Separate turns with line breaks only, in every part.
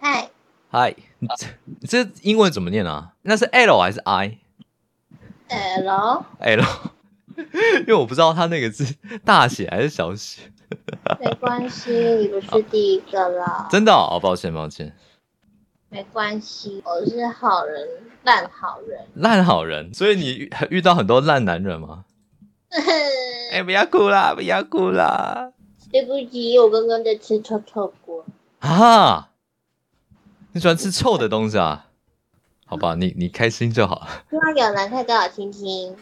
哎，
嗨，你这你这英文怎么念啊？那是 L 还是 I？L，
呃，喽，
因为我不知道它那个是 大写还是小写。
没关系，你不是第一个了，
真的哦，哦抱歉抱歉，
没关系，我是好人，烂好人。
烂好人。所以你遇遇到很多烂男人吗？哎、不要哭啦，不要哭啦！
对不起，我刚刚在吃臭臭锅。
啊，你喜欢吃臭的东西啊？好吧，你你开心就好，
希望有人可以给我亲亲。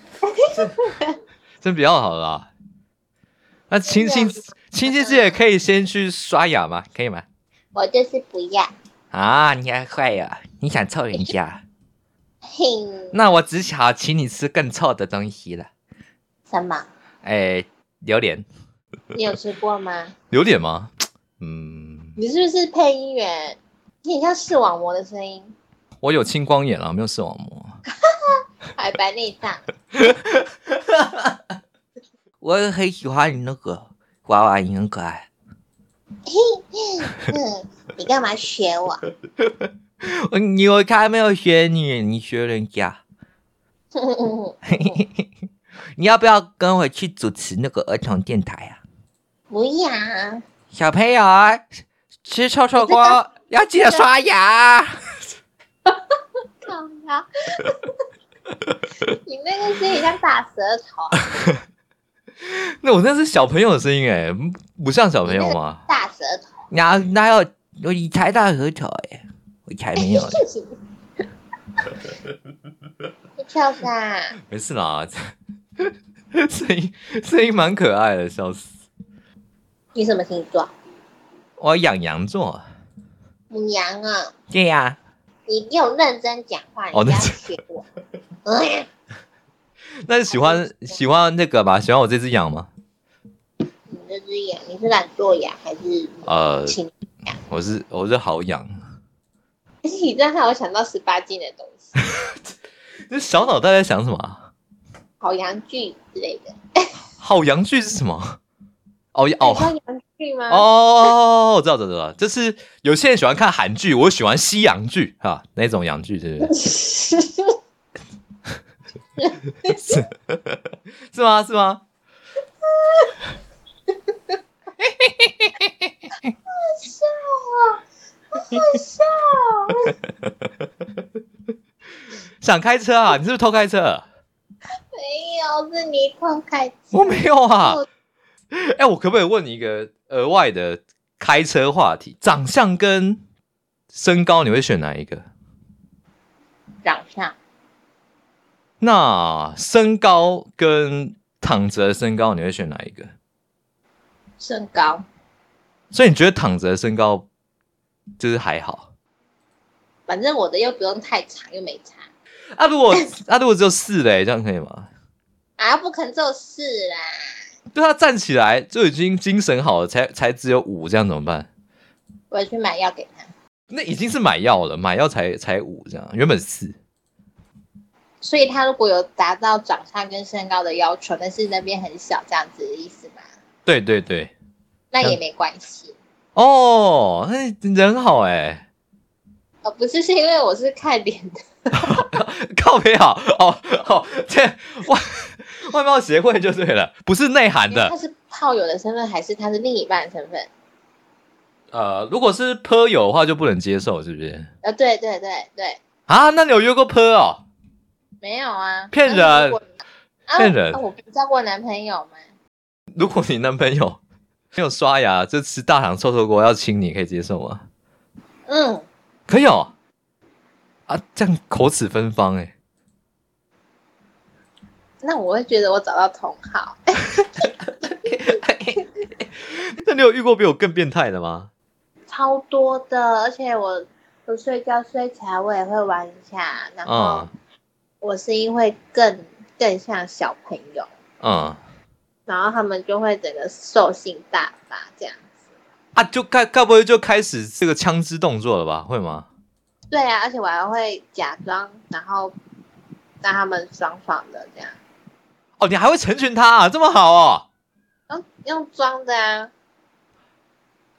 真比较好啦。那亲亲亲亲之也可以先去刷牙吗？可以吗？
我就是不要。
啊，你还坏呀、你想臭人家？
嘿，
那我只想请你吃更臭的东西了。
什么？
哎，榴莲，
你有吃过吗？
榴莲吗？嗯，
你是不是配音员？你很像视网膜的声音，
我有青光眼了，没有视网膜。
还白内障。
我很喜欢你那个娃啊娃音，很可爱。
嗯，你干嘛学我？
你我才没有学你，你学人家。你要不要跟我去主持那个儿童电台啊？
不要，
小朋友吃臭臭锅要记得刷 牙。
靠呀！ 你那个声音像大舌头，啊
那我那是小朋友的声音哎，不像小朋友 吗？
大舌头。
哪哪有我你才大舌头哎，我才没有嘞。
哎你跳啥？
没事啦， 声音声音蛮可爱的，笑死！
你什么星座？
我养羊座，啊
母羊啊！
对呀、
你给我认真讲话，你
哦
不要
认真
学我。哎
那你喜欢喜欢那个吧？喜欢我这只羊吗？
你这只眼，你是懒惰眼还 是
呃，
亲？
我是我是好羊，
而且你这样害我想到十八禁的东西，
这小脑袋在想什么啊？
好洋剧之类的。
好羊剧是什么？哦
你知
哦
道洋剧吗？
哦，我知道，知道，知道，就是有些人喜欢看韩剧，我喜欢西洋剧啊，那种洋剧是不是？ 是是吗？是吗？
笑啊！好笑啊！
想开车啊？你是不是偷开车？
没有，是你偷开车。
我没有啊
我。
哎、我可不可以问你一个额外的开车话题？长相跟身高，你会选哪一个？
长相
那身高跟躺着的身高，你会选哪一个？
身高
所以你觉得躺着的身高就是还好？
反正我的又不用太长，又没差
啊，如果啊，如果只有四嘞，这样可以吗？
啊，不可能只有四啦。
对他站起来就已经精神好了，才才只有五，这样怎么办？
我去买药给他，
那已经是买药了，买药才才五这样，原本四。
所以他如果有达到长相跟身高的要求，但是那边很小，这样子的意思吗？
对对对，
那也没关系，
哦，那你人好哎、
呃，不是是因为我是看脸的，
靠背好哦哦，这外外貌协会就对了，不是内涵
他
的。
是炮友的身份还是他是另一半的身份？
呃，如果是泼友的话就不能接受，是不是？
呃，对对对对，
啊，那你有约过泼哦？
没有啊，
骗人
那如果啊
骗人
那我不交过男朋友吗？
如果你男朋友没有刷牙就吃大肠臭臭锅要亲你，可以接受吗？
嗯，
可以哦。啊，这样口齿芬芳哎、
那我会觉得我找到同好，
那你有遇过比我更变态的吗？
超多的，而且我我睡觉睡起来我也会玩一下，然后
嗯
我是因为更更像小朋友，
嗯
然后他们就会整个兽性大发这样。
啊，就该该不会就开始这个枪支动作了吧？会吗？
对啊，而且我还会假装，然后让他们爽爽的这样，
哦，你还会成全他、啊，这么好哦？
用用装的啊，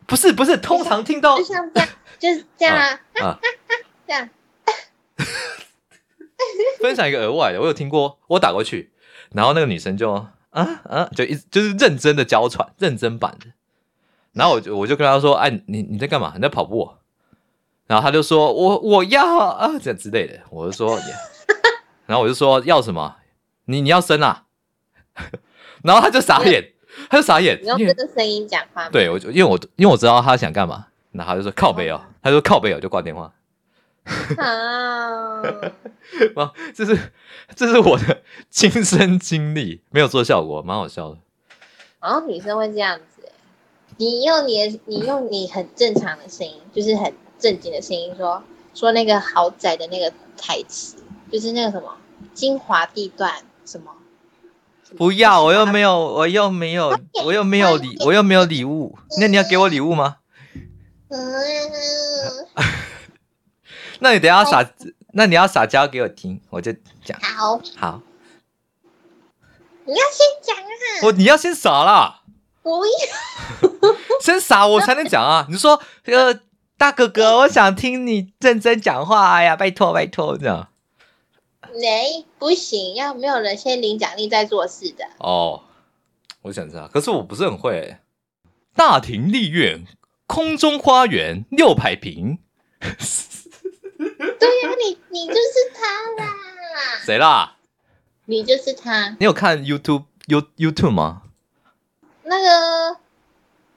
不是不是，通常听到
就像这样，就是这样啊，
哦啊啊
这样
分享一个额外的，我有听过，我打过去，然后那个女生就啊啊，就一直就是认真的娇喘，认真版的。然后我就我就跟她说，哎，你你在干嘛？你在跑步哦、然后她就说，我我要啊，这样之类的。我就说，然后我就说要什么？你你要生啊？然后她就傻眼，她就傻眼，
你用啊
因
这
为
个声音讲话吗？
对我就因为我因为我知道她想干嘛，然后她就说靠北哦，她就说靠北哦，就挂电话。
啊，
哇，这是这是我的亲身经历，没有做效果，蛮好笑的。
然后哦女生会这样子欸，你用你的，你用你很正常的声音，就是很正经的声音说说那个豪宅的那个台词，就是那个什么精华地段什么，
不要，我又没有，我又没有，我又没有礼，我又没有礼物。那你要给我礼物吗？
嗯，
那你等一下撒，那你要撒娇给我听，我就讲
好，
好。
你要先讲啊，
我你要先撒啦，
不要。
先撒我才能讲啊。你说，呃，大哥哥，我想听你认真讲话、哎呀，拜托拜托，这样
没，不行，要没有人先领奖励再做事的。
哦，我想知道，可是我不是很会、欸大庭丽院，空中花园，六百平，
对呀、你你就是他啦，
谁啦？
你就是他。
你有看 YouTube You YouTube 吗？
那个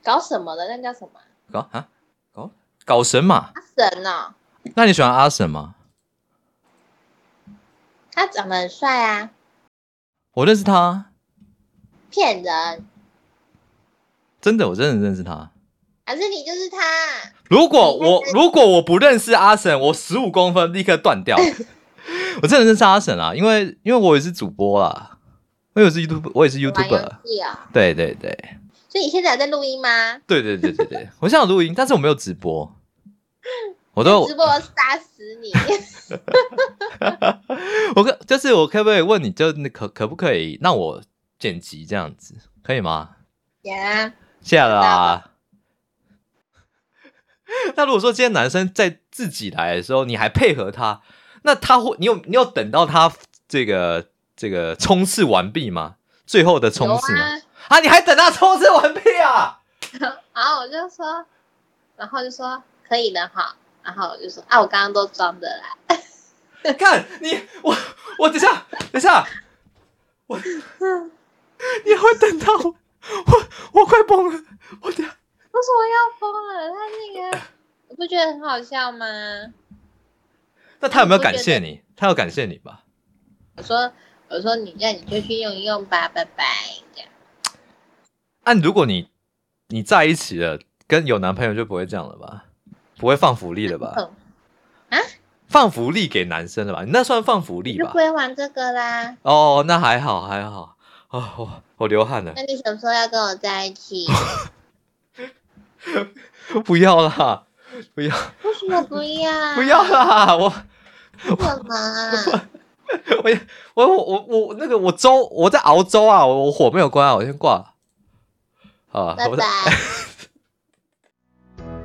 搞什么的，那叫什么？
搞啊搞搞神嘛？
阿神哦，
那你喜欢阿神吗？
他长得很帅啊，
我认识他，啊
骗人。
真的，我真的认识他。啊
还是你就是他？
如果
你
我
认识
如果我不认识阿神，我十五公分立刻 断掉。我真的认识阿神啊，因为因为我也是主播啦，我也是 YouTube，我也是
玩游
YouTuber。
戏哦。
对对对
所以你现在有在录音吗？
对对对 对对，我想有录音，但是我没有直播，我都
直播杀死你！
我可就是我可不可以问你，就你可可不可以让我剪辑这样子，可以吗？
呀，
谢了啦。啊 那如果说今天男生在自己来的时候，你还配合他，那他会你有你有等到他这个这个冲刺完毕吗？最后的
有
冲刺吗？
啊。
啊你还等他冲刺完毕啊？
然后我就说，然后就说可以的哈。然后我就说啊，我刚刚都装的啦。
看你我我等一下等一下，我你会等到我我我快崩了，我等一下
为什么要疯了？他那个，你不觉得很好笑吗？
那他有没有
我觉得
感谢你？他有感谢你吧？
我说，我说你那你就去用一用吧，拜拜。这样
按、啊如果你你在一起了，跟有男朋友就不会这样了吧？不会放福利了吧？
嗯
放福利给男生了吧？你那算放福
你
利
就
吧
不？会玩这个啦。
哦，那还好还好哦，我我流汗了
那，你什么时候要跟我在一 起？
不要啦，
啊
不要
为什么不要？
不要啦，我
为什么？啊
我我我我我那个我粥我在熬粥啊，我我火没有关啊，我先挂了。好啊，
拜
我
拜。